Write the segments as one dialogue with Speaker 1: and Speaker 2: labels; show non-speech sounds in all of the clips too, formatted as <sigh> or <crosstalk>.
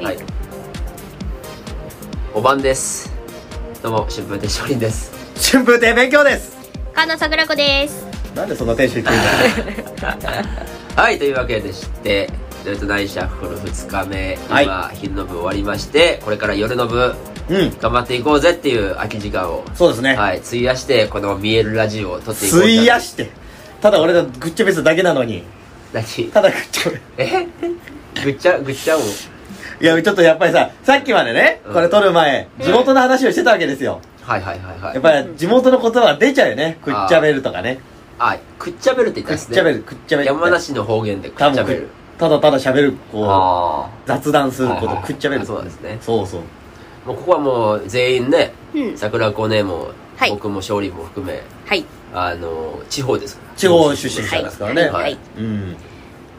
Speaker 1: はい5番ですどうも春風亭昇林です
Speaker 2: 春風亭勉強です
Speaker 3: 菅野桜子です
Speaker 2: なんでそんなテンション低いんだ
Speaker 1: はいというわけでしてドイツ大シャッフル2日目今、
Speaker 2: は
Speaker 1: 昼の部終わりましてこれから夜の部
Speaker 2: うん
Speaker 1: 頑張っていこうぜっていう空き時間を
Speaker 2: そうですね、
Speaker 1: はい費やしてこの「見えるラジオ」を撮っていこう
Speaker 2: 費やしてただ俺がグッチョベスだけなのに
Speaker 1: 何
Speaker 2: ただグッチョベ
Speaker 1: えぐっちゃぐっちゃを
Speaker 2: いやちょっとやっぱりささっきまでね
Speaker 1: うん
Speaker 2: これ撮る前、地元の話をしてたわけですよ
Speaker 1: はいはいはいはい
Speaker 2: やっぱり地元の言葉が出ちゃうよねグッチャベルとかね
Speaker 1: あくっちゃべるって言ったん
Speaker 2: グッ
Speaker 1: です
Speaker 2: チ
Speaker 1: ね
Speaker 2: ャベルグッチャベル
Speaker 1: 山梨の方言でくっち
Speaker 2: 多
Speaker 1: ゃ
Speaker 2: 分
Speaker 1: べる
Speaker 2: ただただ喋るこ
Speaker 1: あ
Speaker 2: う雑談するこ
Speaker 1: はい
Speaker 2: と
Speaker 1: はい
Speaker 2: グッチャベル
Speaker 1: そうですね
Speaker 2: そうそう
Speaker 1: あもうここはもう全員ね
Speaker 3: うん
Speaker 1: 桜子ねも、
Speaker 3: はい
Speaker 1: 僕も勝利も含め
Speaker 3: はい
Speaker 1: あの地方ですから
Speaker 2: 地方出身者
Speaker 1: で
Speaker 2: ですすからね、
Speaker 3: はいはい
Speaker 2: うん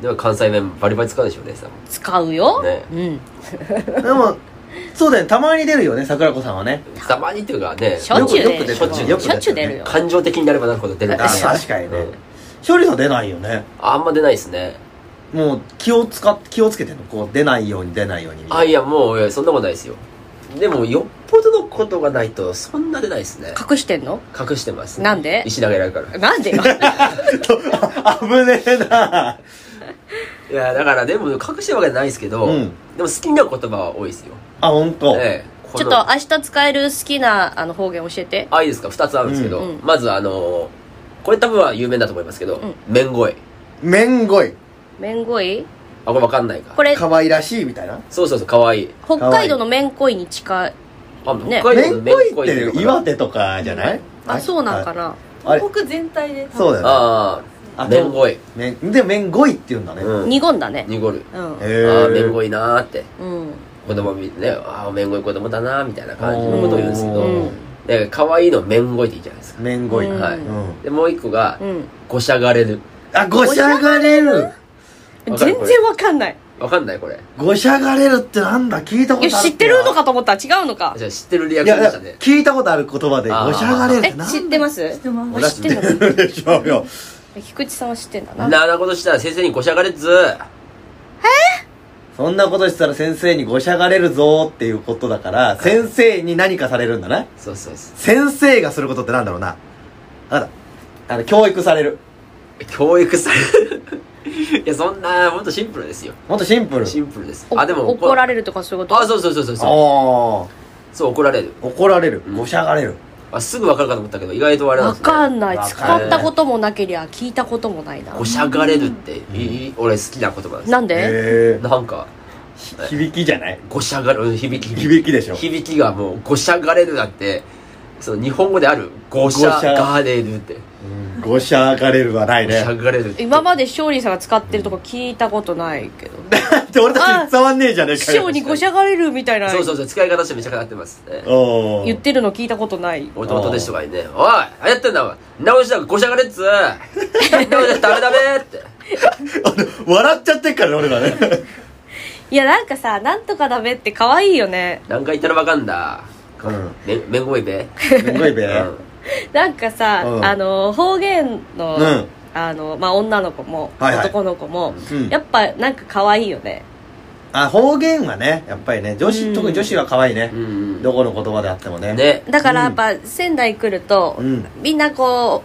Speaker 1: でも関西弁バリバリ使うでしょうねさ
Speaker 3: 使うよ、
Speaker 1: ね
Speaker 3: うん
Speaker 2: でもそうだよねたまに出るよね桜子さんはね
Speaker 1: たまにっていうかね
Speaker 3: しょっちゅう
Speaker 2: よく出
Speaker 3: 出る
Speaker 2: て
Speaker 1: しょっちゅう
Speaker 2: よく
Speaker 3: しょっちゅう出るよ
Speaker 1: 感情的になればなるほど出る
Speaker 2: あ確かにね
Speaker 1: うん
Speaker 2: 勝利さん出ないよね
Speaker 1: あんま出ないですね
Speaker 2: もう気を使っ気をつけてんのこう出ないように出ないように
Speaker 1: あいやもういやそんなことないですよでもよっぽどのことがないとそんな出ないですね
Speaker 3: 隠してんの
Speaker 1: 隠してます、
Speaker 3: なんで
Speaker 1: 石投げられるから
Speaker 3: なん <laughs> でよ
Speaker 2: <laughs> 危ねえない
Speaker 1: やだからでも隠してるわけじゃないですけど、
Speaker 2: うん
Speaker 1: でも好きな言葉は多いですよ
Speaker 2: あ本当。
Speaker 1: ええこ
Speaker 3: ちょっ
Speaker 1: の
Speaker 3: と明日使える好きなあの方言教えて
Speaker 1: あいいですか2つあるんですけど、
Speaker 3: うんうん
Speaker 1: まずあのーこれ多分は有名だと思いますけど、
Speaker 3: うん
Speaker 1: 面声
Speaker 2: めんごい
Speaker 3: めんごい
Speaker 1: あこれ分かんないか
Speaker 3: これ
Speaker 2: 可愛らしいみたいな
Speaker 1: そうそうそうかわいい
Speaker 3: 北海道のめんこいに近い
Speaker 1: あ
Speaker 3: ね
Speaker 1: 北
Speaker 2: め
Speaker 1: 海道の
Speaker 2: ん
Speaker 1: 面
Speaker 2: ごいっ
Speaker 1: 声っていう
Speaker 2: て
Speaker 1: の
Speaker 2: 岩
Speaker 1: か
Speaker 2: 手とかじゃない
Speaker 3: あそうなんか
Speaker 2: な
Speaker 3: な
Speaker 2: あれ
Speaker 4: 東北全体で
Speaker 2: そう
Speaker 1: な
Speaker 2: だよ
Speaker 4: よ
Speaker 2: ね
Speaker 1: ああ
Speaker 2: あと
Speaker 1: 面声
Speaker 2: めんでめんごいって言うんだね
Speaker 1: うん
Speaker 3: 濁んだね
Speaker 1: 濁る
Speaker 3: うん
Speaker 1: あ
Speaker 2: へえ
Speaker 1: あ面声なーって
Speaker 3: うん
Speaker 1: 子供見てねああ面声子供だなーみたいな感じのことを言うんですけ
Speaker 3: う
Speaker 1: ど
Speaker 3: ん
Speaker 1: で可愛いの面声っていいじゃないですか
Speaker 2: めんごい
Speaker 3: うん
Speaker 1: はいう
Speaker 3: うん
Speaker 2: ん
Speaker 1: でもう一個が
Speaker 3: うん
Speaker 1: ごしゃがれる
Speaker 2: あごしゃがれる
Speaker 1: わ
Speaker 3: 全
Speaker 1: かるこれ
Speaker 3: 然わかんない
Speaker 1: わかんないこれ
Speaker 2: ごしゃがれるってなんだ聞いたことあ
Speaker 3: いや
Speaker 2: るな
Speaker 3: 知ってるのかと思ったら違うのか
Speaker 1: じゃあ知ってるリア
Speaker 2: い
Speaker 1: クションでし
Speaker 2: や
Speaker 1: たね
Speaker 2: 聞いたことある言葉で
Speaker 1: あー
Speaker 2: ごしゃがれるっ
Speaker 3: え
Speaker 2: てなんだ
Speaker 3: 知ってます
Speaker 4: してます
Speaker 2: 俺は知ってる <laughs> でしょうよ
Speaker 3: 菊池さんは知ってんだな
Speaker 1: なあなことしたら先生にごしゃがれっつ
Speaker 2: そんなことしたら先生にごしゃがれるぞーっていうことだから、先生に何かされるんだな。
Speaker 1: そうそうそ
Speaker 2: 先生がすることってなんだろうな。あだ、あの、教育される。
Speaker 1: う教育されるいやそんなほんとシンプルですよ
Speaker 2: もっとシンプル。
Speaker 1: シンプルです
Speaker 3: お
Speaker 1: あでも
Speaker 3: 怒ら
Speaker 1: れ
Speaker 3: れるとかそういうこと
Speaker 1: あそうそうそうそうそう
Speaker 2: あ
Speaker 1: そう怒られる
Speaker 2: あ、怒られる
Speaker 1: う。ん
Speaker 2: ごしゃがれる。
Speaker 1: あすぐ分かるかと思ったけど意外とあれなん
Speaker 3: わ
Speaker 1: ですね
Speaker 3: かんない
Speaker 2: わかんない
Speaker 3: 使ったこともなけりゃ聞いたこともないな
Speaker 1: ごしゃがれるっていい俺好きな言葉なんです
Speaker 3: なん
Speaker 2: へ
Speaker 3: で
Speaker 1: なんか
Speaker 2: ーひ響きじゃない
Speaker 1: ごしゃがれる響き
Speaker 2: 響きでしょ。
Speaker 1: 響きがもうごしゃがれるなんてその日本語であるごしゃがれるって
Speaker 2: うんごしゃがれるはない
Speaker 1: ごし
Speaker 2: ね
Speaker 1: ゃ。がれるって
Speaker 3: 今まで勝利さんが使ってるとこ聞いたことないけど
Speaker 2: って <laughs> 俺たちに伝わんねえじゃねえ
Speaker 3: 師
Speaker 2: かよ
Speaker 3: 匠。にごしゃがれるみたいな
Speaker 1: そうそうそう使い方してめちゃくちゃ合ってますね
Speaker 2: おー
Speaker 3: 言ってるの聞いたことない
Speaker 1: 弟弟子とかにね「おいあれやってんだお前直したらごしゃがれっつー直したらダメダメ」って
Speaker 2: <laughs> 笑っちゃってっからね、俺らね。
Speaker 3: いやなんかさなんとかダメって可愛いよね
Speaker 1: 何回言ったらわかんだ
Speaker 2: うん。
Speaker 1: めめんごいべ
Speaker 2: すごいべ。
Speaker 1: う
Speaker 3: なんかさ、
Speaker 2: うん
Speaker 3: あの方言の、
Speaker 2: うん
Speaker 3: あのまあ女の子も、
Speaker 2: はいはい
Speaker 3: 男の子も、
Speaker 2: うん
Speaker 3: やっぱなんか可愛いよね
Speaker 2: あ、方言はね、やっぱりね、女子、特に女子は可愛いね。
Speaker 1: んうん
Speaker 2: どこの言葉であってもね。
Speaker 1: ね
Speaker 3: だからやっぱ仙台来ると、
Speaker 2: うん
Speaker 3: みんなこ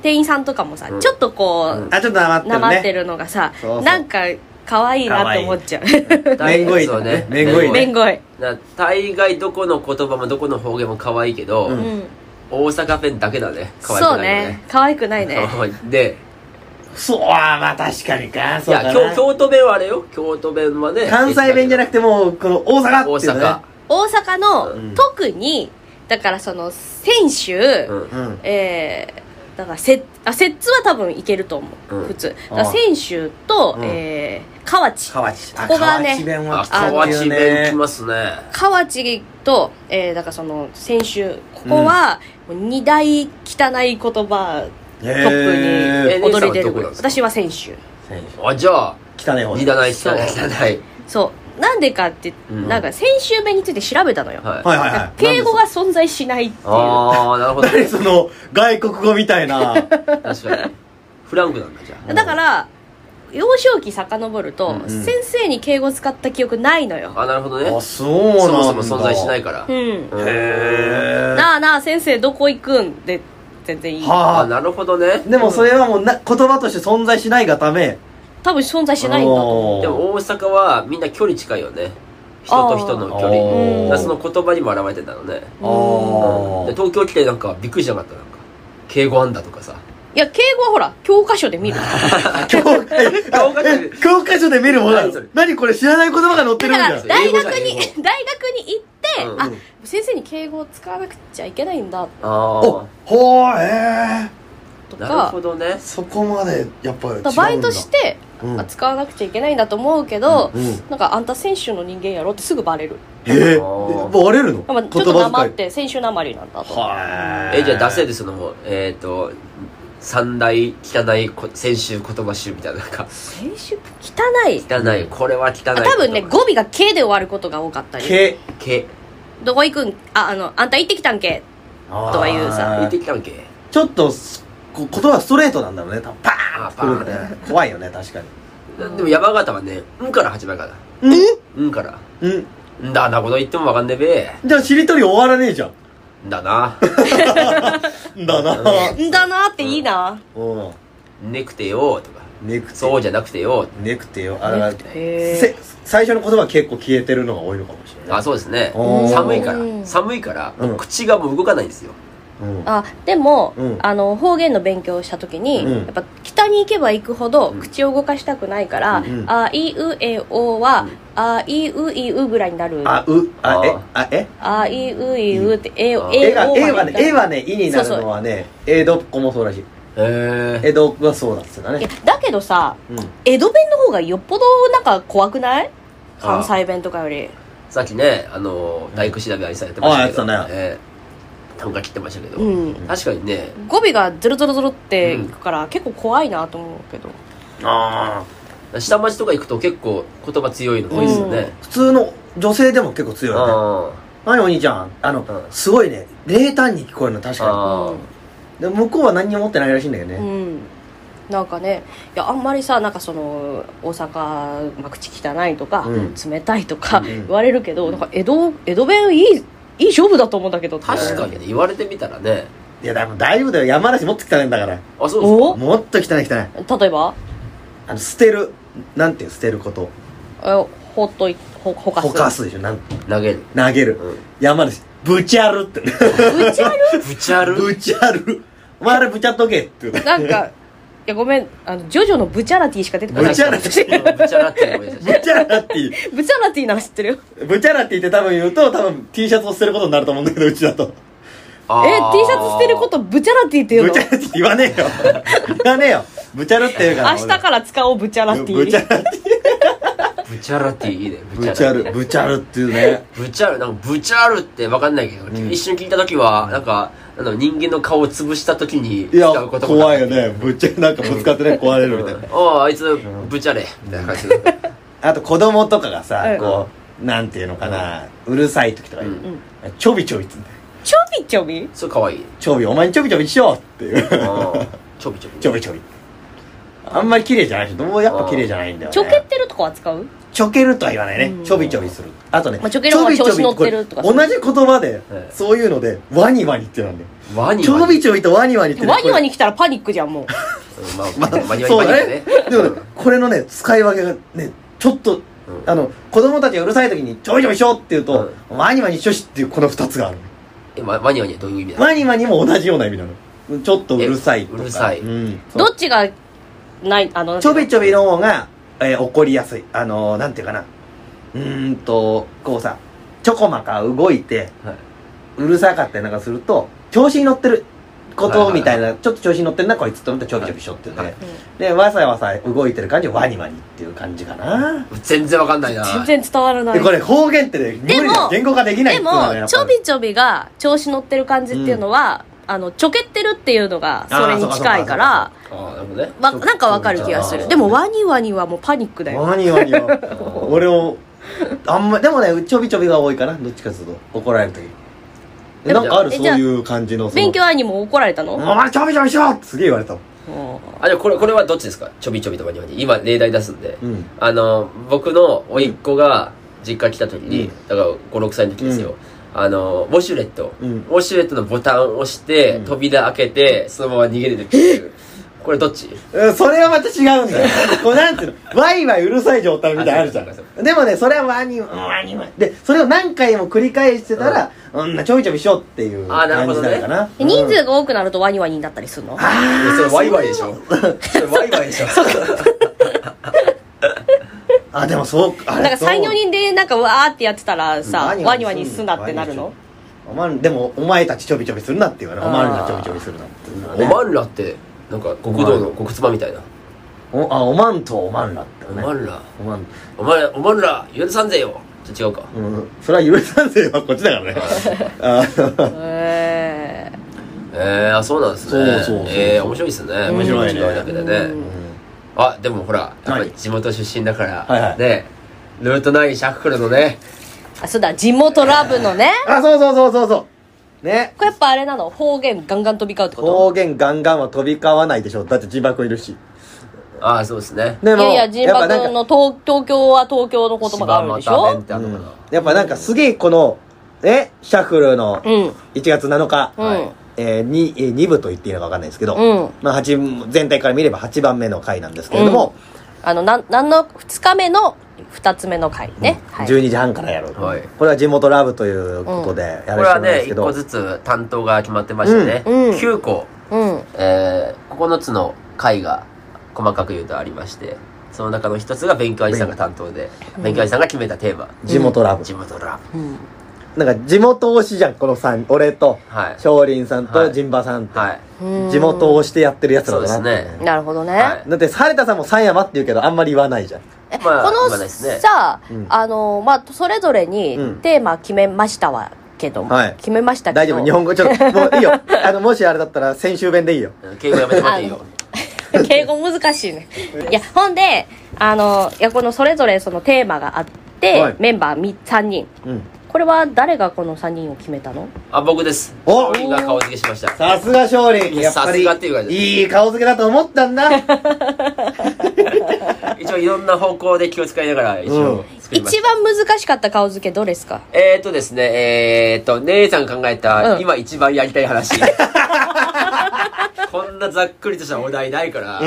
Speaker 3: う店員さんとかもさ、
Speaker 1: うん
Speaker 3: ちょっとこ
Speaker 1: うん
Speaker 3: う
Speaker 2: あ、ちょっと黙ってるね。
Speaker 3: なまってるのがさ、
Speaker 2: そうそう
Speaker 3: なんか可愛いなと思っちゃう
Speaker 2: めんごい
Speaker 1: そうね
Speaker 2: めんごい
Speaker 3: めんごい、
Speaker 1: な大概どこの言葉もどこの方言も可愛いけど、
Speaker 2: う
Speaker 3: うんん、
Speaker 1: 大阪弁だけだね可愛
Speaker 3: そう
Speaker 1: くないよ
Speaker 3: ね可愛くないね
Speaker 1: で
Speaker 2: そう、あーまあ確かにか。
Speaker 1: い
Speaker 2: そう
Speaker 1: や
Speaker 2: だ
Speaker 1: 京
Speaker 2: な。
Speaker 1: 京都弁はあれよ京都弁はね
Speaker 2: 関西弁じゃな
Speaker 1: て
Speaker 2: くてもう、この大
Speaker 1: 大
Speaker 2: 阪っていうのね。
Speaker 1: 阪
Speaker 3: 大阪の、
Speaker 1: うん
Speaker 3: 特にだからその選手、
Speaker 1: うん
Speaker 2: うん。
Speaker 3: えーだからせあ摂津は多分いけると思う、
Speaker 1: うん
Speaker 3: 普通だか
Speaker 2: あ
Speaker 3: ら
Speaker 2: あ
Speaker 3: 千秋と、
Speaker 2: うん
Speaker 3: えー河内
Speaker 2: 河内。あ
Speaker 3: ここがね
Speaker 2: 河内弁は
Speaker 1: あ
Speaker 2: きつい
Speaker 1: 河
Speaker 2: よ
Speaker 1: 内弁き
Speaker 2: ね。
Speaker 1: ますね
Speaker 3: 河内と、えーだからその千秋ここはもう二大汚い言葉
Speaker 2: ト
Speaker 3: トップに
Speaker 1: えー
Speaker 3: 踊り出
Speaker 1: えー姉さんはど
Speaker 3: る
Speaker 1: こ
Speaker 3: ぐ
Speaker 1: なん
Speaker 3: らい
Speaker 1: ですか
Speaker 3: 私は選手
Speaker 1: あじゃあ
Speaker 2: 汚い方
Speaker 1: 二だない
Speaker 3: そう
Speaker 1: 汚い汚い
Speaker 3: そうなんでかって、
Speaker 1: うん
Speaker 3: なんか選手弁について調べたのよ、
Speaker 1: はい
Speaker 2: はいはい
Speaker 3: だか
Speaker 2: は
Speaker 3: ら
Speaker 2: い。
Speaker 3: 敬語が存在しないっていう
Speaker 1: ああなるほど
Speaker 2: 何そ
Speaker 3: <laughs>
Speaker 2: の、外国語みたいな。
Speaker 1: 確かにフランクなんだじゃ
Speaker 3: だから幼少期遡ると、
Speaker 1: うん
Speaker 2: うん
Speaker 3: 先生に敬語使った記憶ないのよ。
Speaker 1: あなるほどね
Speaker 2: あ、
Speaker 1: そ
Speaker 2: そうなんだ。
Speaker 1: もそも存在しないから
Speaker 3: う
Speaker 1: へ
Speaker 3: ん。
Speaker 1: え
Speaker 2: へ
Speaker 3: なあなあ、先生どこ行くんで、全然い
Speaker 2: え。
Speaker 3: い。
Speaker 1: あ
Speaker 2: はあ。
Speaker 1: なるほどね
Speaker 2: でもそれはもうな言葉として存在しないがため。
Speaker 3: 多分存在しないんだと思う。
Speaker 1: でも大阪はみんな距離近いよね人と人の距
Speaker 2: あ
Speaker 1: 離
Speaker 2: ー
Speaker 1: だからその言葉にも表れてんだろうね
Speaker 2: あー
Speaker 1: で東京来てなんかびっくりしなかったなんか敬語あんだとかさ
Speaker 3: いや、敬語はほら、教科書で見る。
Speaker 2: 教
Speaker 1: 教科書で
Speaker 2: え教科書で見るものな
Speaker 1: 何それ
Speaker 2: の何これ知らない言葉が載って
Speaker 3: だ
Speaker 2: るん
Speaker 3: か
Speaker 2: だ
Speaker 3: ら、大学
Speaker 1: 英語じゃん英
Speaker 3: に、 <laughs> 大学に行って、
Speaker 1: うん
Speaker 3: あ、先生に敬語を使わなくちゃいけないんだ、
Speaker 1: あ
Speaker 2: おほーえ
Speaker 3: と
Speaker 1: なる
Speaker 3: か
Speaker 1: ほ、どね
Speaker 2: ー、そこまでやっぱり違うんだ
Speaker 3: バイトして、
Speaker 2: うん
Speaker 3: あ使わなくちゃいけないんだと思うけど、
Speaker 2: うん
Speaker 3: なんかあんた選手の人間やろってすぐバレる、
Speaker 2: えー、え
Speaker 1: あー
Speaker 2: バレるの言
Speaker 3: まあ、
Speaker 2: 葉
Speaker 3: ちょっとなまっ
Speaker 2: 遣い
Speaker 3: て選手なまりなんだと
Speaker 2: は
Speaker 1: えじゃあ出せ
Speaker 2: で
Speaker 1: でそのえっ、と三大汚いこ先週言葉集みたいななんか
Speaker 3: 選手汚い
Speaker 1: 汚いこれは汚い言葉
Speaker 3: 多分ね語尾が「け」で終わることが多かったり
Speaker 2: け
Speaker 1: け
Speaker 3: 「どこ行くんああのあんた行ってきたんけ
Speaker 2: とは
Speaker 3: とは言うさ
Speaker 1: 言ってきたんけ
Speaker 2: ちょっとすこ言葉がストレートなんだろうね多分パ
Speaker 1: あ
Speaker 2: ーンってくるんだね怖いよね確かに
Speaker 1: なでも山形はね「ん」から始まるからうんから
Speaker 2: うんうん
Speaker 1: んだなこと言ってもわかんねえべ
Speaker 2: じゃあしりとり終わらねえじゃ
Speaker 1: んだ
Speaker 2: <laughs>
Speaker 1: なん
Speaker 2: だな
Speaker 1: うん
Speaker 3: んだな」っていいな、
Speaker 2: うん
Speaker 1: ねくてよとか
Speaker 2: ネクテ
Speaker 1: そうじゃなくてよ
Speaker 2: ネクテよあだから
Speaker 3: へ
Speaker 2: せ最初の言葉は結構消えてるのが多いのかもしれない
Speaker 1: あそうですね
Speaker 2: おー
Speaker 1: 寒いか
Speaker 3: うん
Speaker 1: ら寒いから
Speaker 2: うん
Speaker 1: もう口がもう動かないんですよ
Speaker 2: うん
Speaker 3: あでも、
Speaker 2: うん
Speaker 3: あの方言の勉強をした時に、
Speaker 2: うん
Speaker 3: やっぱ北に行けば行くほど口を動かしたくないから「
Speaker 2: うん
Speaker 3: あいうえお」は「あいういう」ぐらいになる
Speaker 2: あ、う、あ、え
Speaker 1: あ、
Speaker 2: あ、え
Speaker 3: あいういうって、え、え、
Speaker 1: あ
Speaker 2: 絵が、絵
Speaker 3: え
Speaker 2: はね、絵はね、意になるのはね、江戸っ子もそうだし、
Speaker 1: へえ
Speaker 2: 江戸っ子はそうだっつうだ
Speaker 3: いや
Speaker 2: ね。
Speaker 3: だけどさ、
Speaker 2: うん。
Speaker 3: 江戸弁の方がよっぽどなんか怖くない
Speaker 1: あ
Speaker 3: 関西弁とかより。
Speaker 1: さっきねあのー大工調べありされてましたけど
Speaker 2: あやってたね
Speaker 1: ええ短歌切ってましたけど
Speaker 3: うん。
Speaker 1: 確かにね
Speaker 3: 語尾がズルズルズルっていくから、結構怖いなと思うけど。
Speaker 2: ああ。
Speaker 1: 下町とか行くと結構言葉強いの多いですよね
Speaker 2: 普通の女性でも結構強いよね。
Speaker 1: あ
Speaker 2: 何お兄ちゃん、あの
Speaker 1: う、ん
Speaker 2: すごいね、冷淡に聞こえるの確か
Speaker 1: あ
Speaker 2: に。で、向こうは何にも持ってないらしいんだよ
Speaker 3: う
Speaker 2: ね。
Speaker 3: ん。なんかね、いや、あんまりさ、なんかその、大阪、まあ、口汚いとか、
Speaker 2: うん
Speaker 3: 冷たいとか
Speaker 2: うん
Speaker 3: 言われるけど、なんか江戸、江戸弁いい、いい勝負だと思うんだけどって
Speaker 1: 確かにね言われてみたらね
Speaker 2: いや、でも大丈夫だよ。山梨もっと汚いんだから。
Speaker 1: あそうですか
Speaker 3: お
Speaker 2: もっと汚い汚い。
Speaker 3: 例えば
Speaker 2: あの、捨てる。なんていう捨てること。
Speaker 3: えほっとい、ほ、ほかす。
Speaker 2: ほかすでしょ。なん
Speaker 1: 投
Speaker 2: <laughs>
Speaker 1: げる
Speaker 2: 投げる
Speaker 1: うん。
Speaker 2: 山梨、ぶちゃるって。
Speaker 3: うちある
Speaker 1: ぶちゃる
Speaker 2: ぶちゃる。お前あれぶちゃっとけって言うの。
Speaker 3: なんか、いや、ごめん、あの、ジョジョのブチャラティしか出てこない。
Speaker 2: ぶちゃら
Speaker 1: ぶちゃらぶちゃらって思い出し
Speaker 2: ぶ
Speaker 1: た
Speaker 2: ちゃらっていう。
Speaker 3: ブチャラティなら知ってるよ。
Speaker 2: ぶちゃらって言って多分言うと、多分 T シャツを捨てることになると思うんだけど、うちだと。
Speaker 1: あ
Speaker 3: <laughs> え、
Speaker 1: ー
Speaker 3: T シャツ捨てることブチャラティっていう
Speaker 2: ぶ
Speaker 3: の
Speaker 2: ちゃらって言わねえよ。言わねえよ。ぶちゃらって言うから。
Speaker 3: 明日から使おう、ブチャラティ。
Speaker 2: ぶちゃらって。
Speaker 1: ぶちゃらっていいね
Speaker 2: ぶちゃる。ぶちゃるっていうね。
Speaker 1: ぶちゃるなんかぶちゃるって分かんないけど、
Speaker 2: ん
Speaker 1: 一瞬聞いた時はなんかあの人間の顔を潰した時に
Speaker 2: いや、
Speaker 1: 使う言葉
Speaker 2: 怖いよね。ぶちゃ、なんかぶつかってね、壊れるみたいな。
Speaker 1: おうあいつぶちゃれみたいな感じで
Speaker 2: あと子供とかがさ
Speaker 3: う、ん
Speaker 2: こう、なんていうのかな、うるさい時とか言
Speaker 1: う
Speaker 2: う。ちょびちょびって言うんだよ。
Speaker 3: ちょびちょび
Speaker 1: そう可愛い
Speaker 2: ちょび、お前にちょびちょびしようっていう。 <laughs>
Speaker 1: あーちょびちょび
Speaker 2: ちょびちょび。あんまり綺麗じゃないし、どうもやっぱ綺麗じゃないんだよ、ね。
Speaker 3: ちょけってるとこは使う
Speaker 2: ちょけるとは言わないね、
Speaker 3: うん
Speaker 2: ちょびちょびするあとね、
Speaker 3: まあちょける方が調子乗ってるとか
Speaker 2: これ同じ言葉で、
Speaker 1: ええ
Speaker 2: そういうのでワニワニってなんだよ
Speaker 1: ワニ
Speaker 2: ちょびちょびとワニワニってね、
Speaker 3: ワニワニ
Speaker 2: こ
Speaker 3: 来たらパニックじゃん、もう。
Speaker 1: うんまあまあワニ
Speaker 2: れ
Speaker 1: ワニ
Speaker 2: そう
Speaker 1: ワニ
Speaker 2: だ
Speaker 1: だ
Speaker 2: ね
Speaker 1: ね
Speaker 2: でもねこれのね使い分けがねちょっと、
Speaker 1: うん
Speaker 2: あの子供たちがうるさい時にちょびちょびしようって言うと、ワニワニしょしっていうこの二つがある
Speaker 1: えワワニワニはどういう意味だ
Speaker 2: ワニワニも同じような意味なのちょっとうるさいとか
Speaker 1: えうるさい
Speaker 2: うん、
Speaker 3: どっちが、ない、あの、
Speaker 2: ちょびちょびの方が、えー怒りやすい。あのーなんていうかな。うーんと、こうさ、ちょこまか動いて、
Speaker 1: はいう
Speaker 2: るさかったりなんかすると、調子に乗ってるこ
Speaker 1: はいはい
Speaker 2: と
Speaker 1: はい
Speaker 2: みたいな、ちょっと調子に乗ってるな、こいつと思ってちょびちょびしょってね。
Speaker 1: はい
Speaker 3: うん
Speaker 2: で、わさわさ動いてる感じ、ワニワニっていう感じかな。
Speaker 1: 全然わかんないな
Speaker 3: 全然伝わらな
Speaker 2: で、
Speaker 3: い。
Speaker 2: これ方言ってね、無理
Speaker 3: で
Speaker 2: だ
Speaker 3: も
Speaker 2: 言語化できない
Speaker 3: で
Speaker 2: っていうのはねや
Speaker 3: も、
Speaker 2: っ
Speaker 3: ち
Speaker 2: ぱ
Speaker 3: ょ
Speaker 2: り
Speaker 3: びちょびが調子乗ってる感じっていうのは、あの、ちょけってるっていうのが、それに近いから、
Speaker 1: あーなるほどね
Speaker 3: わなんかわかる気がす
Speaker 1: あ
Speaker 3: る。
Speaker 1: ー
Speaker 3: でも、ワニワニはもうパニックだよ。
Speaker 2: ワニワニは。
Speaker 3: <laughs>
Speaker 2: 俺を、あんま、でもね、ちょびちょびが多いかな、どっちかというと、怒られる時え
Speaker 1: で
Speaker 2: な
Speaker 1: も
Speaker 2: んかある
Speaker 3: え
Speaker 2: そう
Speaker 3: じゃあ
Speaker 2: いう感じの。その
Speaker 3: 勉強兄も怒られたの
Speaker 2: お前ちょびちょびしろってすげえ言われたもん。
Speaker 3: も
Speaker 1: あじゃあこれこれはどっちですかちょびちょびとマニマニ今例題出すんで、
Speaker 2: うん
Speaker 1: あの僕の甥っ子が実家来た時に、
Speaker 2: うん
Speaker 1: だから56歳の時ですよ、あのウォシュレット、
Speaker 2: うん
Speaker 1: ウォシュレットのボタンを押して、
Speaker 2: うん
Speaker 1: 扉開けてそのまま逃げれてるこれどっち
Speaker 2: うんそれはまた違う
Speaker 1: <laughs>
Speaker 2: んだよ。こうなんていうの、ワイワイうるさい状態みたいなのあるじゃ
Speaker 1: あそうか
Speaker 2: ん。でもね、それはワニ、うんワニワニ。で、それを何回も繰り返してたら、うん、ちょいちょいしようっていう
Speaker 1: あー
Speaker 2: 感じ
Speaker 1: なるほど
Speaker 2: に
Speaker 1: ね
Speaker 2: なるかな。
Speaker 3: う人数が多くなるとワニワニになったりするの
Speaker 1: いやそれワイワイでしょそれワイワイでしょ
Speaker 2: あ、でもそうか。あ
Speaker 3: なん
Speaker 2: れ
Speaker 3: か34。人でなんかわーってやってたらさ、
Speaker 2: うん
Speaker 3: ワニワニすんなってなるの
Speaker 2: そうおまん、でも、お前たちちょびちょびするなって言われる。おまんら
Speaker 3: あー
Speaker 2: ちょびちょびするなっていうのは
Speaker 1: お
Speaker 2: ね。
Speaker 1: まんらってなんか極道の極妻みたいな
Speaker 2: おあ、おまんとおまんらって
Speaker 1: お
Speaker 2: ね。
Speaker 1: まんら
Speaker 2: おまん。
Speaker 1: お前おまんら許さんぜよちょ違うか
Speaker 2: うん、それは許さんせよはこっちだから
Speaker 1: <laughs>
Speaker 2: ね。あー
Speaker 3: へ
Speaker 1: えー、あそうなんですね
Speaker 2: そうそうそう
Speaker 1: えー、面白いですね
Speaker 2: 面白いね
Speaker 1: 違うだけでね、
Speaker 2: うん
Speaker 1: あでもほらやっぱ
Speaker 2: 何
Speaker 1: り地元出身だから、
Speaker 2: はいはい
Speaker 1: ねルート9シャッフルのね
Speaker 3: ーあそうだ地元ラブ
Speaker 2: <laughs>
Speaker 3: のね
Speaker 2: あ、そうそうそうそうそう。ね。
Speaker 3: これやっぱあれなの方言ガンガン飛び交うってこ
Speaker 2: 方言ガンガンは飛び交わないでしょだって字幕いるし
Speaker 1: ああそうですね
Speaker 2: で
Speaker 3: といやいや人
Speaker 2: っぱなん
Speaker 3: 爆
Speaker 2: か
Speaker 3: の東東京は東京の言葉があるでし
Speaker 1: 柴又弁
Speaker 3: ょ
Speaker 1: ってあるのかな、
Speaker 2: やっぱなんかすげえこのえシャッフルの
Speaker 3: うんうん
Speaker 2: 1月7日、
Speaker 3: うん
Speaker 1: はい
Speaker 2: えーにえー2部と言っていいのか分かんないですけど、
Speaker 3: うん
Speaker 2: まあ、八全体から見れば8番目の回なんですけれども、
Speaker 3: あのなんなんの2日目の2つ目の回ね、はい、
Speaker 2: 12時半からやろうと、
Speaker 1: はい
Speaker 2: これは地元ラブということでや
Speaker 1: これは
Speaker 2: らせてもらうんで
Speaker 1: ね
Speaker 2: すけ
Speaker 1: 1
Speaker 2: ど、
Speaker 1: 個ずつ担当が決まってましてね、
Speaker 3: うんうん
Speaker 1: 9個、
Speaker 3: うん
Speaker 1: えー、9つの回が細かく言うとありましてその中の1つが勉強愛さんが担当で、勉強愛さんが決めたテーマ、
Speaker 2: 地元ラブ、
Speaker 1: 地元ラ
Speaker 3: うん
Speaker 2: なんか地元推しじゃんこの3俺と
Speaker 1: ブはい
Speaker 2: 少林さん
Speaker 1: は
Speaker 2: と
Speaker 1: い
Speaker 2: 陣馬さんって、
Speaker 1: はい
Speaker 3: うん
Speaker 2: 地元を推してやってるやつらだなって
Speaker 1: そうです
Speaker 3: なるほどね、
Speaker 1: はい
Speaker 2: だって晴田さんも三山って言うけどあんまり言わないじゃん
Speaker 3: え
Speaker 1: まあ
Speaker 3: こ
Speaker 1: 言
Speaker 3: の
Speaker 1: わないですね
Speaker 3: さ、
Speaker 2: うん
Speaker 3: あのまあそれぞれに
Speaker 2: うん
Speaker 3: テーマ決めましたわけども、
Speaker 2: はい
Speaker 3: 決めましたけど
Speaker 2: 大丈夫日本語ちょっともう
Speaker 3: <laughs>
Speaker 2: いいよあのもしあれだったら先週弁でいいよ
Speaker 1: 敬語やめてもらっていいよ
Speaker 3: <laughs> 敬語難しいねいやほんであのいやこのそれぞれそのテーマがあって、
Speaker 2: はい
Speaker 3: メンバーみ3人
Speaker 2: うん
Speaker 3: これは誰がこの3人を決めたの
Speaker 1: あ僕です
Speaker 2: お
Speaker 1: 僕が顔付けしました
Speaker 2: さすが勝利
Speaker 1: いや
Speaker 2: やっぱ
Speaker 1: さす
Speaker 2: り
Speaker 1: がっていう感じです
Speaker 2: いい顔付けだと思ったんだ
Speaker 1: <laughs> 一応いろんな方向で気を使いながら一応作りました、
Speaker 3: 一番難しかった顔付けどれですか
Speaker 1: えー、とですね、えー、と、姉さん考えた、
Speaker 3: うん
Speaker 1: 今一番やりたい話。 <laughs> こんなざっくりとしたお題ないから、
Speaker 2: う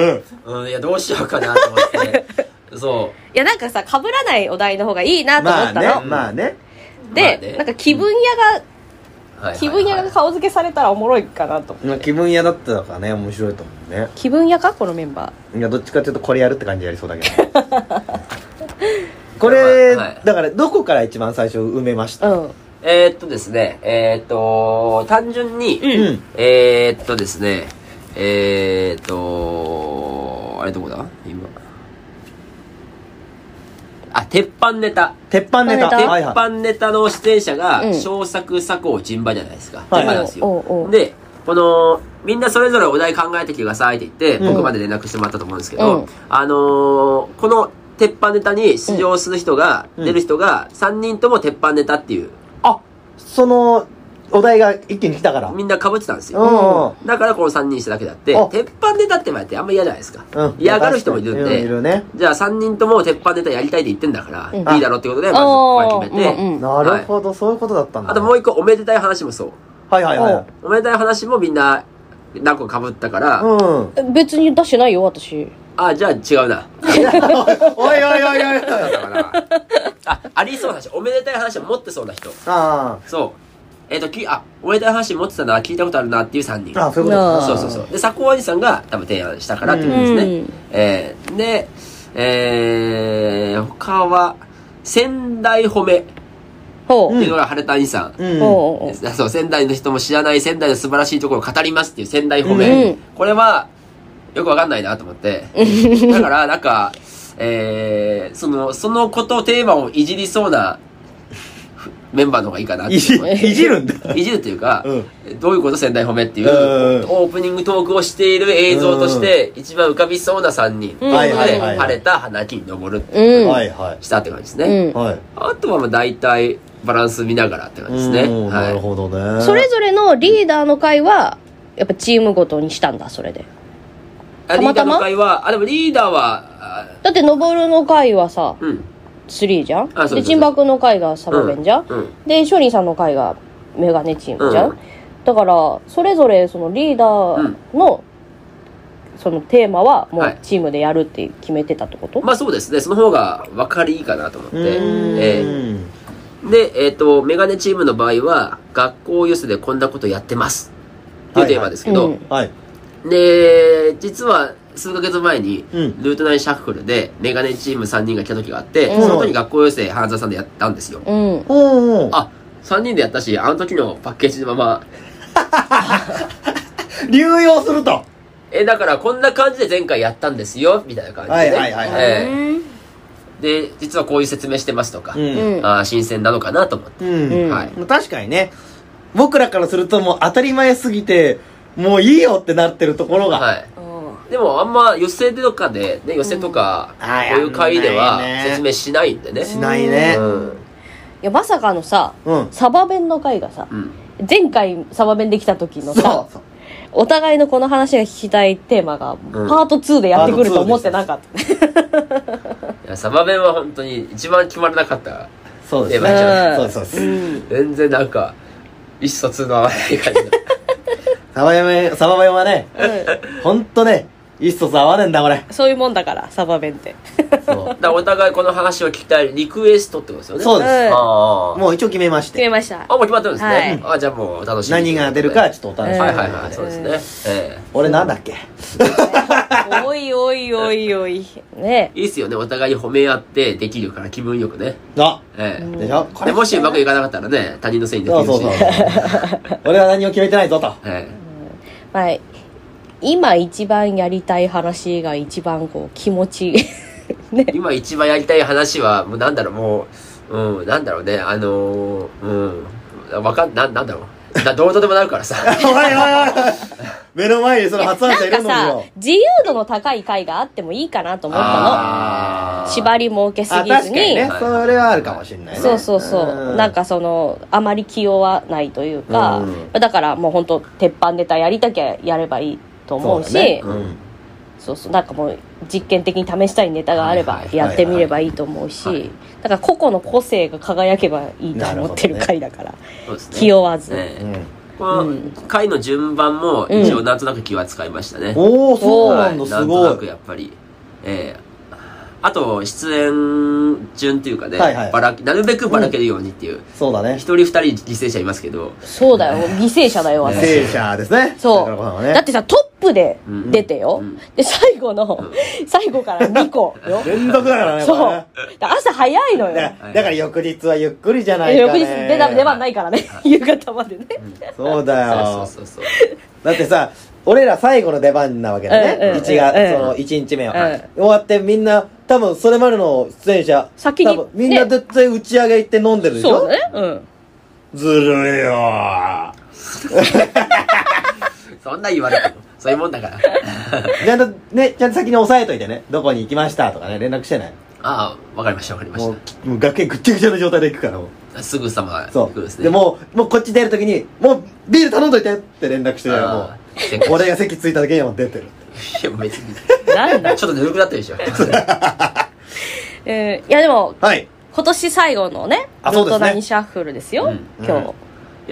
Speaker 2: ん
Speaker 1: うん。いや、どうしようかなと思
Speaker 3: <laughs>
Speaker 1: って。そ
Speaker 3: いやなんかさ被らないお題の方がいいなと思
Speaker 2: ま
Speaker 3: っ
Speaker 2: あ
Speaker 3: たの、
Speaker 2: ねまあね
Speaker 3: で、
Speaker 1: まあね
Speaker 3: なんか気分屋が、
Speaker 1: う。はい
Speaker 3: 気分屋
Speaker 1: はいは
Speaker 3: が
Speaker 1: い
Speaker 3: 顔付けされたらおもろいかなと
Speaker 2: まあ気分屋だったからね面白いと思うね
Speaker 3: 気分屋かこのメンバ
Speaker 2: いやどっちかっていうとこれやるって感じやりそうだけ
Speaker 1: <laughs>
Speaker 2: どこれ、
Speaker 1: まあはい
Speaker 2: だからどこから一番最初埋めまし
Speaker 3: ー
Speaker 2: た、
Speaker 3: うん
Speaker 1: えー、っとですね、えー、っと、単純に、
Speaker 2: ん
Speaker 1: えー、っとですね、えー、っと、あれどこだ今。あ、鉄板ネタ。
Speaker 2: 鉄板ネタ
Speaker 3: 鉄
Speaker 2: は
Speaker 3: 板ネタ
Speaker 1: 鉄
Speaker 2: いはい
Speaker 1: 板ネタの出演者
Speaker 3: う
Speaker 1: が
Speaker 3: ん
Speaker 1: 小作作を陣馬じゃないですか。
Speaker 2: はい
Speaker 1: 陣馬なんです
Speaker 3: おうお
Speaker 1: よ
Speaker 3: う。
Speaker 1: で、この、みんなそれぞれお題考えてきてくださいって言って、
Speaker 2: うん
Speaker 1: 僕まで連絡してもらったと思うんですけ
Speaker 3: うん
Speaker 1: ど、あのーこの鉄板ネタに出場する人が、
Speaker 2: うん
Speaker 1: 出る人が、3人とも鉄板ネタっていう、
Speaker 2: あそのお題が一気に来たからうん
Speaker 1: みんな被ってたんです
Speaker 2: う
Speaker 1: よ。
Speaker 2: んうん
Speaker 1: だからこの3人しただけであって
Speaker 2: あ、
Speaker 1: 鉄板ネタって前ってあんま嫌じゃないですか。
Speaker 2: うん
Speaker 1: 嫌がる人もいるん
Speaker 2: うい
Speaker 1: で、
Speaker 2: るね
Speaker 1: じゃあ3人とも鉄板ネタやりたいって言ってんだから、
Speaker 3: うん
Speaker 1: いいだろうってことで、まずここ
Speaker 3: おー
Speaker 1: は決めて、
Speaker 3: うんうん
Speaker 2: なるほど、そういうことだったんだ、
Speaker 1: あともう一個おめでたい話もそう。
Speaker 2: はいはいはいはい
Speaker 1: おめでたい話もみんな何個かぶったから、
Speaker 2: うん
Speaker 3: 別に出してないよ私
Speaker 1: あじゃあ違うな。 <laughs>
Speaker 2: おいおいおいおいおい。
Speaker 1: あ、ありそうな話。おめでたい話を持ってそうな人。
Speaker 2: あ
Speaker 1: そう。えっ、と、き、あ、おめでたい話持ってたな、聞いたことあるなっていう3人。
Speaker 2: あ、あそういうことか。
Speaker 1: そうそうそう。で、佐久おじさんが多分提案したからっていう
Speaker 3: う
Speaker 1: こ
Speaker 2: そ
Speaker 1: とですね。
Speaker 3: ん
Speaker 1: えーで、えー、他は、仙台褒めって
Speaker 3: ほう
Speaker 2: うん
Speaker 1: いうのが晴れた兄さん。
Speaker 2: うん。
Speaker 3: ほう
Speaker 1: ですそう仙台の人も知らない仙台の素晴らしいところを語りますっていう仙台褒め、
Speaker 3: うん
Speaker 1: これはよくわかんないなと思ってだからなんか、えー、そのそのことテーマをいじりそうなふメンバーの方がいいかなって
Speaker 2: いじ、
Speaker 1: 思って
Speaker 2: いじるんだ。
Speaker 1: いじるというか、
Speaker 2: うん
Speaker 1: どういうこと仙台褒めっていう、
Speaker 2: うん
Speaker 1: オープニングトークをしている映像として一番浮かびそうな3人、という
Speaker 3: はい
Speaker 1: こと
Speaker 3: はい
Speaker 1: で
Speaker 3: はいはい
Speaker 1: 晴れた花木に登る
Speaker 3: うん
Speaker 2: はいは
Speaker 1: したって感じです
Speaker 3: う
Speaker 1: ね、
Speaker 3: ん
Speaker 2: い。はい。
Speaker 1: あとはまあ大体バランス見ながらって感じですね、
Speaker 2: うん
Speaker 1: は
Speaker 2: ないるほどね。
Speaker 3: それぞれのリーダーの会はやっぱチームごとにしたんだそれで
Speaker 1: あ
Speaker 3: た
Speaker 1: リー
Speaker 3: ま
Speaker 1: ダー
Speaker 3: たま
Speaker 1: の会は、あ、でもリーダーは、あ
Speaker 3: だって、のぼるの回はさ、
Speaker 1: うん。
Speaker 3: 3じゃん
Speaker 1: あそうそうそう
Speaker 3: で、チンバクの回がサボベンじゃん、
Speaker 1: うん。
Speaker 3: で、ショリンさんの回がメガネチームじゃん、
Speaker 1: うん
Speaker 3: だから、それぞれそのリーダーの、そのテーマはも
Speaker 1: はいう
Speaker 3: チームでやるって決めてたってこと、
Speaker 1: まあそうですね。その方が分かりいいかなと思って。
Speaker 2: うん
Speaker 1: えで、えっ、と、メガネチームの場合は、学校寄せでこんなことやってます。っていうテーマですけど、
Speaker 3: はいは
Speaker 2: は
Speaker 3: い
Speaker 2: い。
Speaker 1: で、実は数ヶ月前に、
Speaker 2: うん。
Speaker 1: ルートナインシャッフルでメガネチーム3人が来た時があって、
Speaker 3: うん
Speaker 1: その時に学校寄せ半沢さんでやったんですよ。
Speaker 3: うん。うん。
Speaker 2: おー
Speaker 1: あ3人でやったし、あの時のパッケージのまま、
Speaker 2: 流用すると。
Speaker 1: え、だからこんな感じで前回やったんですよ、みたいな感じで、
Speaker 2: は
Speaker 1: ね
Speaker 2: いはいはいはい。
Speaker 1: ええで、実はこういう説明してますとか、
Speaker 2: うん。
Speaker 1: ああ新鮮なのかなと思って。
Speaker 2: うん。
Speaker 3: うん
Speaker 1: はい。
Speaker 2: 確かにね、僕らからするともう当たり前すぎて、もういいよってなってるところが。
Speaker 1: はい。でもあんま寄せとかで、ね、寄せとか、
Speaker 2: う
Speaker 1: こ
Speaker 2: ん
Speaker 1: ういう会では
Speaker 2: あーやんないね
Speaker 1: 説明しないんでね。
Speaker 2: しないね
Speaker 1: う。
Speaker 3: うん
Speaker 1: ん。
Speaker 3: いや、まさかのさ、
Speaker 2: うん。
Speaker 3: サバ弁の回がさ、
Speaker 1: うん。
Speaker 3: 前回サバ弁できた時
Speaker 2: そ
Speaker 3: の
Speaker 2: う
Speaker 3: さ、
Speaker 2: そう。
Speaker 3: お互いのこの話が聞きたいテーマが、パート2でやってくると思ってなかった。
Speaker 1: いや、サバ弁は本当に一番決まらなかった。
Speaker 2: そうですね。
Speaker 1: パ
Speaker 3: ー
Speaker 2: そ
Speaker 3: ト
Speaker 2: うそうそう。
Speaker 3: うん。
Speaker 1: 全然なんか、一卒の合わない感じの。
Speaker 2: <laughs> サバヤマ、サバヤマね、ほんとね、一卒合わねえんだ、これ。
Speaker 3: そういうもんだから、サバ弁って。
Speaker 2: そ
Speaker 1: だからお互いこの話を聞きたいリクエストってことですよ
Speaker 2: う。
Speaker 1: ね。
Speaker 2: そう
Speaker 1: う
Speaker 2: で
Speaker 1: あ
Speaker 3: ん
Speaker 2: す。
Speaker 1: あ。
Speaker 2: もう一応決めまし
Speaker 3: 決め
Speaker 2: て。
Speaker 3: ました。
Speaker 1: あ、もう決まってるんですね。
Speaker 2: う
Speaker 1: あじゃあもうお楽しみに
Speaker 2: 何が出るか、ちょっとお楽しみ
Speaker 1: はい
Speaker 2: に
Speaker 1: はいはい、そう
Speaker 3: ええ
Speaker 1: ですね。ええ
Speaker 2: 俺なんだっけ
Speaker 3: おいおいおいおい。ね
Speaker 1: いいっすよね、お互い褒め合ってできるから気分よくね。
Speaker 2: あ
Speaker 1: ええ
Speaker 2: でしょこ
Speaker 1: で
Speaker 2: れ
Speaker 1: もしうまくいかなかったらね、他人のせいにでき
Speaker 2: そ
Speaker 1: る
Speaker 2: う
Speaker 1: し。
Speaker 2: そうそう。俺は何も決めてないぞと。
Speaker 1: え
Speaker 3: まあ、今一番やりたい話が一番こう気持ちいい。
Speaker 1: え今一番やりたい話は、もうなんだろう、もう、うん、なんだろうね、あのー、うん、わかん、なん、なんだろう。などうとでもなるから
Speaker 2: <laughs>
Speaker 1: さ。
Speaker 2: おいおいおい目の前にその発案者い
Speaker 3: なん
Speaker 2: る
Speaker 3: か
Speaker 2: のに
Speaker 3: さ
Speaker 2: よ。、
Speaker 3: 自由度の高い回があってもいいかなと思った
Speaker 1: あ
Speaker 3: の。
Speaker 1: ー
Speaker 3: 縛り設けす
Speaker 2: あ、確
Speaker 3: ぎ
Speaker 2: か
Speaker 3: ず
Speaker 2: に
Speaker 3: に。
Speaker 2: ね
Speaker 1: はい。
Speaker 2: それはあるかもしれないね。
Speaker 3: そうそうそう、
Speaker 2: うん
Speaker 3: なんかそのあまり気負わないというか、
Speaker 2: うん
Speaker 3: だからもう本当鉄板ネタやりたきゃやればいいと思うし
Speaker 2: そ
Speaker 3: そ
Speaker 2: う,、だ
Speaker 3: う
Speaker 2: ね
Speaker 1: うん
Speaker 3: そうなんかもう実験的に試したいネタがあ
Speaker 1: は
Speaker 3: れ
Speaker 1: い
Speaker 3: ば
Speaker 1: はい
Speaker 2: はい
Speaker 3: やってみればいいと思う
Speaker 1: はいはい
Speaker 3: しだから個々の個性が輝けばいいと思ってる回だから、
Speaker 1: そうですね。
Speaker 3: 気負わず、
Speaker 1: ええ
Speaker 2: うん
Speaker 1: この回の順番も一応なんとなく気は使いましたね。
Speaker 2: おおそうな
Speaker 1: は
Speaker 2: んだ
Speaker 1: い
Speaker 2: す
Speaker 1: なんとな
Speaker 2: ご
Speaker 1: く
Speaker 2: い
Speaker 1: やっぱり。ええあと、出演順っていうかね、
Speaker 2: はいはい
Speaker 1: ばらけなるべくばらけるようにっていう。
Speaker 2: そうだね
Speaker 1: 一人二人犠牲者いますけど、
Speaker 3: そうだよ犠牲者だよ私、
Speaker 2: 正者ですね
Speaker 3: そう
Speaker 2: 桜子さんは
Speaker 3: だっ
Speaker 2: ね
Speaker 3: てさトップで
Speaker 1: うん
Speaker 3: 出てよ、
Speaker 1: うん
Speaker 3: で最後の、最後から2個よ
Speaker 2: 連続だからね
Speaker 3: そう
Speaker 2: これね
Speaker 3: だから朝早いのよ
Speaker 2: だからだから翌日はゆっくりじゃないかね
Speaker 3: 翌日出た出番ないからね <laughs> 夕方までね
Speaker 2: そうだ
Speaker 3: <laughs>
Speaker 1: そう
Speaker 2: よ
Speaker 1: そうそうそう。
Speaker 2: だってさ俺ら最後の出番なわけだ
Speaker 3: うんうんう
Speaker 2: ね
Speaker 3: ん
Speaker 2: 一が
Speaker 3: うん
Speaker 2: その1日目は
Speaker 3: うん
Speaker 2: 終わってみんな多分それまでの出演者
Speaker 3: 先に
Speaker 2: 多分みんな
Speaker 3: ね
Speaker 2: 絶対打ち上げ行って飲んでるでし
Speaker 3: そう
Speaker 2: ょ
Speaker 3: だねうん
Speaker 2: ずるいよー
Speaker 1: そんなん言われても、そういうもんだから。
Speaker 2: ちゃんとねちゃんと先に押さえといてねどこに行きましたとかね連絡してない
Speaker 1: ああ、わかりました、わかりま
Speaker 2: も
Speaker 1: し
Speaker 2: うもう崖ぐっちゃぐちゃの状態で行くからもう
Speaker 1: た。すぐさま行
Speaker 2: そ
Speaker 1: くんです
Speaker 2: う。
Speaker 1: ね。
Speaker 2: で、もう、もうこっち出るときに、もうビール頼んどいてって連絡して、も
Speaker 1: あ
Speaker 2: う、
Speaker 1: あ、でい
Speaker 2: 俺が席着いた時にはもう出てる。
Speaker 1: や、別に。
Speaker 3: なんだ、
Speaker 1: ちょっとぬるくなってるで
Speaker 2: <laughs>
Speaker 1: しょ。
Speaker 3: えーいやでも
Speaker 2: はい。
Speaker 3: 今年最後のね
Speaker 2: あそうですね
Speaker 3: 大人シャッフルですよ、
Speaker 1: うん
Speaker 3: 今日、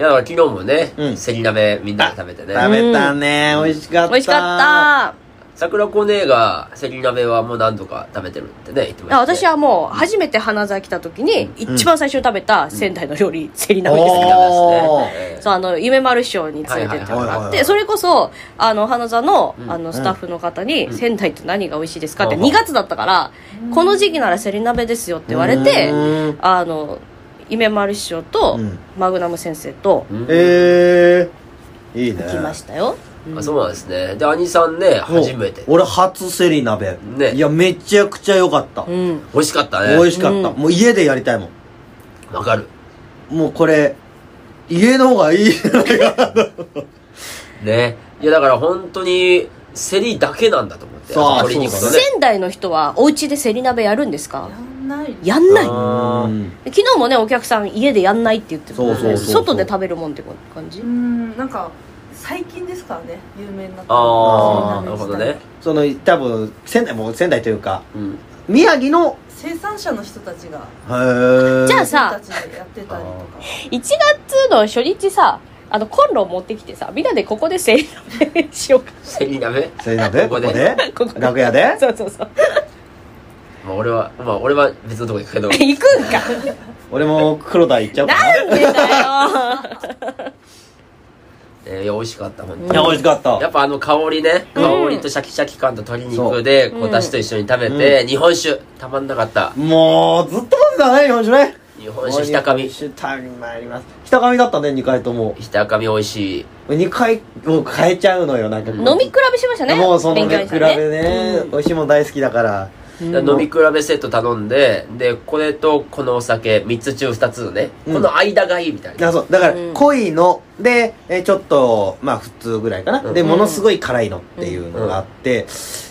Speaker 1: いや、だから昨日もね、
Speaker 2: うん
Speaker 1: セリ鍋みんなで食べてね。
Speaker 2: 食べたね。美味しかった。
Speaker 3: 美味しかっ
Speaker 1: 桜子姉がセリ鍋はもう何度か食べてるってね、言ってましたた、ね。
Speaker 3: 私はもう初めて花沢来た時に一番最初に食べた仙台の料理、セリ
Speaker 2: た
Speaker 3: 鍋です
Speaker 1: セ
Speaker 3: け
Speaker 1: リ
Speaker 3: ど
Speaker 1: 鍋
Speaker 2: おー
Speaker 1: ですね。ええ
Speaker 3: そうあの夢丸師匠に連れてっても
Speaker 1: はい
Speaker 2: はいは
Speaker 3: らっ
Speaker 2: いはい
Speaker 3: てそれこそあの花座の
Speaker 1: うん
Speaker 3: あのスタッフの方に
Speaker 1: うん
Speaker 3: 「仙台って何が美味しいですか?」って
Speaker 2: うん
Speaker 3: 2月だったから「この時期ならセリ鍋ですよ」って言われて
Speaker 2: うん
Speaker 3: あの夢丸師匠と
Speaker 2: うん
Speaker 3: マグナム先生と
Speaker 1: うん
Speaker 2: えー。いいね。
Speaker 3: 行きましたよ、うん
Speaker 1: あそうなんですね。で、兄さんね、
Speaker 2: もう
Speaker 1: 初めて。
Speaker 2: 俺初セリ鍋。
Speaker 1: ね
Speaker 2: いや、めちゃくちゃ良かった
Speaker 3: う。ん
Speaker 1: 美味しかったね。
Speaker 2: 美味しかった。
Speaker 3: うん
Speaker 2: もう家でやりたいもん。
Speaker 1: わかる。
Speaker 2: もうこれ、家の方がいい。
Speaker 1: ね。いや、だから本当に、セリだけなんだと思って。
Speaker 2: そう
Speaker 1: 鶏肉と
Speaker 2: そう
Speaker 1: ね。
Speaker 3: 仙台の人はお家でセリ鍋やるんですか
Speaker 4: やんない
Speaker 3: やんない
Speaker 1: あー
Speaker 3: 昨日もねお客さん家でやんないって言ってた
Speaker 2: そう
Speaker 1: そうそう
Speaker 3: 外で食べるもんって感じ
Speaker 4: うんなんか最近ですからね有名になった
Speaker 1: ああなるほ
Speaker 4: 仙台の自体
Speaker 1: どね
Speaker 2: その多分仙台も仙台というか
Speaker 1: うん
Speaker 2: 宮城の
Speaker 4: 生産者の人たち
Speaker 2: へえ
Speaker 3: じ
Speaker 4: が
Speaker 3: ゃあ
Speaker 4: 自分
Speaker 3: さ
Speaker 4: たちでやってたりとか
Speaker 3: 1月の初日さあのコンロ持ってきてさみんなでここでせーのでしようか
Speaker 1: セリ鍋
Speaker 2: それなんで
Speaker 1: こ
Speaker 2: こ
Speaker 1: こ
Speaker 2: こ
Speaker 1: で
Speaker 2: で
Speaker 3: ここで
Speaker 2: 楽屋で
Speaker 3: そうそうそう
Speaker 1: まあ俺はまあ俺は別のとこ行くけど
Speaker 2: <laughs>
Speaker 3: 行くんか
Speaker 2: 俺も黒田行っちゃおうかな
Speaker 3: なんでだよ
Speaker 1: えーいや美味しかった本当
Speaker 2: いや美味しかった
Speaker 1: やっぱあの香りね
Speaker 3: うん
Speaker 1: 香りとシャキシャキ感と鶏肉で
Speaker 3: そう
Speaker 1: こうだしと一緒に食べ
Speaker 2: う
Speaker 1: て日本酒たまんなかった
Speaker 2: もうずっと飲んでたね日本酒ね
Speaker 1: 日本酒北上
Speaker 2: 日本酒旅参ります北上だったね2回とも
Speaker 1: 北上美味しい
Speaker 2: 2回を変えちゃうのよなんか
Speaker 3: 飲み比べしましたね
Speaker 2: もうそのね
Speaker 3: 勉強
Speaker 2: 比
Speaker 3: 会で
Speaker 2: べね美味しいもん大好きだから
Speaker 1: で飲み比べセット頼んででこれとこのお酒3つ中2つね
Speaker 2: うん
Speaker 1: この間がいいみたいな
Speaker 2: あそうだから
Speaker 3: うん
Speaker 2: 濃いのでえちょっとまあ普通ぐらいかな、
Speaker 1: うん
Speaker 2: でものすごい辛いのっていうのがあって、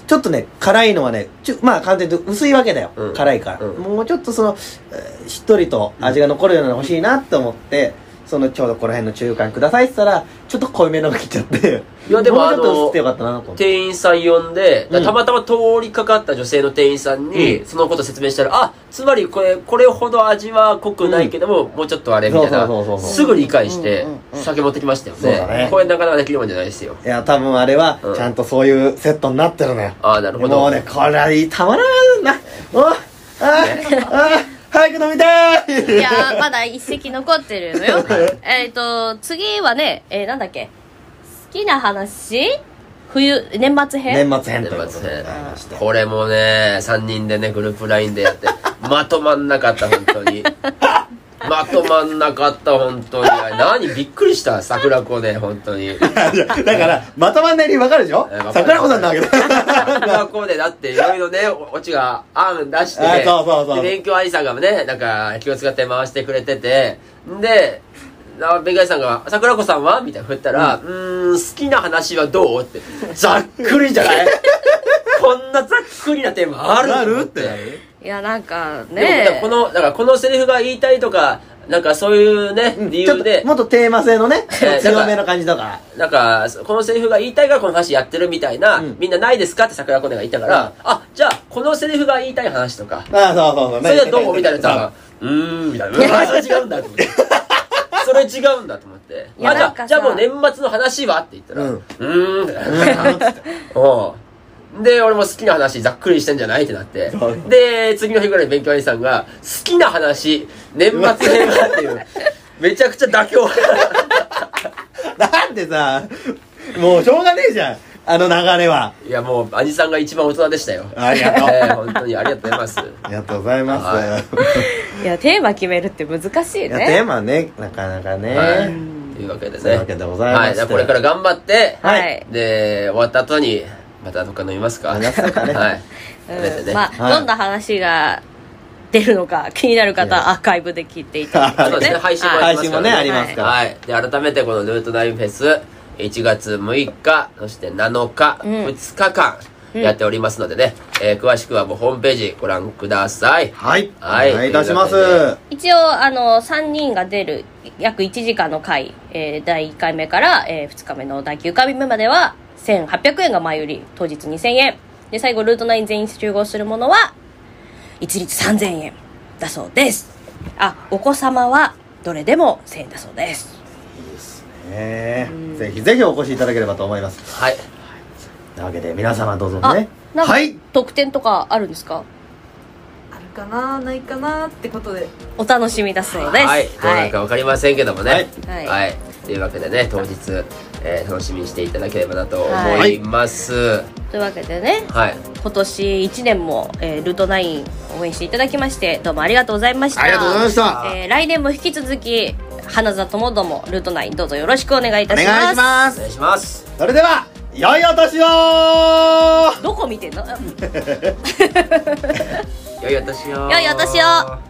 Speaker 2: ちょっとね辛いのはねちょまあ完全に薄いわけだよ、
Speaker 1: うん
Speaker 2: 辛いから、
Speaker 1: うん
Speaker 2: もうちょっとその、えーしっとりと味が残るようなの欲しいなと思って、そのちょうどこの辺の中間くださいって言ったらちょっと濃いめのが来ちゃって
Speaker 1: いやでも
Speaker 2: うちょっと
Speaker 1: あの
Speaker 2: 薄ってよかったなと思って
Speaker 1: 店員さん呼んで、
Speaker 2: うん
Speaker 1: たまたま通りかかった女性の店員さんに、
Speaker 2: う
Speaker 1: そのこと説明したら、あ、つまりこれ、これほど味は濃くないけども、もうちょっとあれみたいな
Speaker 2: そうそうそうそう
Speaker 1: すぐ理解して
Speaker 3: うんうん、うん
Speaker 1: 酒持ってきましたよ
Speaker 2: そうだ
Speaker 1: ね
Speaker 2: ね。
Speaker 1: これなかなかできるもんじゃないですよ。
Speaker 2: いや多分あれは
Speaker 1: うん
Speaker 2: ちゃんとそういうセットになってるのよ、
Speaker 1: ああ、なるほ
Speaker 2: も
Speaker 1: ど。
Speaker 2: うねこれはいいたまらんなおあああ早く飲みたい
Speaker 3: いやーまだ一席残っ
Speaker 2: <laughs>
Speaker 3: てるのよえっと次はね、えー、なんだっけ好きな話冬年末編
Speaker 2: 年末編ということでございまして <laughs>
Speaker 1: これもね、3人でね、グループラインでやって、 <laughs> まとまんなかった、本当に。 <laughs> まとまんなかった、本当に。あれ何びっくりした、桜子ね、本当に。
Speaker 2: だからまとまんない理由わかるでしょ
Speaker 1: えわかる
Speaker 2: 桜子さんなわけだ
Speaker 1: <laughs> 学校でだっていろいろね、おオチが案出して、
Speaker 2: あそうそうそう
Speaker 1: で勉強兄さんがね、なんか気を使って回してくれてて、んで、な勉強兄さんが、桜子さんはみたいな振ったら、うーん、好きな話はどうって、ざっくりじゃ
Speaker 2: <laughs>
Speaker 1: ないこんなざっくりなテーマある
Speaker 2: <laughs> あるって
Speaker 3: いやなんか
Speaker 1: でも、
Speaker 3: ね
Speaker 1: この、だからこのセリフが言いたいとか、なんかそういうね、
Speaker 2: うん
Speaker 1: 理
Speaker 2: ち
Speaker 1: 由
Speaker 2: ょっと
Speaker 1: で、
Speaker 2: もっとテーマ性の <laughs> ね
Speaker 1: えーだから
Speaker 2: 強めの感じだから
Speaker 1: なんか、このセリフが言いたいからこの話やってるみたいな、
Speaker 2: うん
Speaker 1: みんなないですかって桜子姉が言ったから、
Speaker 2: うん
Speaker 1: あ、じゃあ、このセリフが言いたい話とか、
Speaker 2: ああそうそうそう
Speaker 1: それじゃどうみたいなやつ
Speaker 2: さ
Speaker 1: は、うーん、みたいな。うわそれ違うんだと思って。それ違うんだと思って。
Speaker 3: いや
Speaker 1: あ、じ
Speaker 3: なん
Speaker 1: ゃ
Speaker 3: か
Speaker 1: あ、
Speaker 3: さ
Speaker 1: じゃあもう年末の話はって言ったら、
Speaker 2: うん
Speaker 1: うーん、みたいな。うん。で、俺も好きな話ざっくりしてんじゃないってなって
Speaker 2: そう。
Speaker 1: で、次の日ぐらいに勉強兄さんが、好きな話、年末編はっていう、めちゃくちゃ妥協。
Speaker 2: <laughs> なんでさもうしょうがねえじゃんあの流れはい
Speaker 1: や、もう、兄さんが一番大人でしたよ。
Speaker 2: ありがとう
Speaker 1: ええ本当にありがとうござい
Speaker 2: <laughs>
Speaker 1: ます。
Speaker 2: ありがとうございま
Speaker 1: は
Speaker 2: す
Speaker 3: いやテーマ決めるって難しい
Speaker 2: <laughs> いやテー
Speaker 3: ね
Speaker 2: マ <laughs> ねなかなか
Speaker 1: はい
Speaker 2: ね。
Speaker 1: というわけでね。
Speaker 2: そういうわけでございまして
Speaker 1: はい。じゃあこれから頑張って、
Speaker 3: はい、
Speaker 1: で、終わった後に、またどっか飲みますか
Speaker 2: 話そうかね
Speaker 1: はい。食べて
Speaker 3: う
Speaker 1: ね。
Speaker 3: ん、まあ、
Speaker 2: はい
Speaker 3: どんな話が出るのか気になる方はアーカイブで聞いていただきた
Speaker 1: <laughs>
Speaker 3: い
Speaker 1: そうですね、配信もあ
Speaker 2: 配
Speaker 1: ります
Speaker 2: 信
Speaker 1: か
Speaker 2: も
Speaker 1: ら
Speaker 2: ね
Speaker 1: ね。
Speaker 2: ありますから
Speaker 1: はい。で、改めてこのルートナインフェス、1月6日、そして7日、
Speaker 3: うん
Speaker 1: 2日間、やっておりますのでね、えー詳しくはもうホームページご覧ください。
Speaker 2: はい
Speaker 1: はい
Speaker 2: お願いいたします
Speaker 1: というわ
Speaker 3: 一応あの3人が出る約1時間の回、えー第1回目から、え2日目の第9回目までは1800円が前売り当日2000円で最後ルート9全員集合するものは一律3000円だそうですあお子様はどれでも1000円だそうです
Speaker 2: ねぜひぜひお越しいただければと思います
Speaker 1: はい。
Speaker 2: なわけで皆様どうぞ
Speaker 3: あ
Speaker 2: ね
Speaker 3: なんか
Speaker 2: はい
Speaker 3: 特典とかあるんですか
Speaker 4: あるかなないかなってことで
Speaker 3: お楽しみだそうです
Speaker 1: はい、どうなるかわかりませんけどもね。
Speaker 2: はい
Speaker 3: はい
Speaker 1: というわけでね、当日、えー楽しみにしていただければなと思
Speaker 3: はい
Speaker 1: ます。は
Speaker 3: というわけでね
Speaker 1: い。はい、
Speaker 3: 今年1年も、えールートナイン応援していただきましてどうもありがとうございました
Speaker 2: ありがとうございました
Speaker 3: えー来年も引き続き花座ともどもルートナインどうぞよろしくお願いい
Speaker 2: お
Speaker 3: たし
Speaker 2: 願
Speaker 3: ます
Speaker 2: いしま
Speaker 1: お
Speaker 2: す
Speaker 1: 願いします。
Speaker 2: それでは良いお年を
Speaker 3: どこ見てんの
Speaker 1: 良いお年を。
Speaker 3: 良いお年を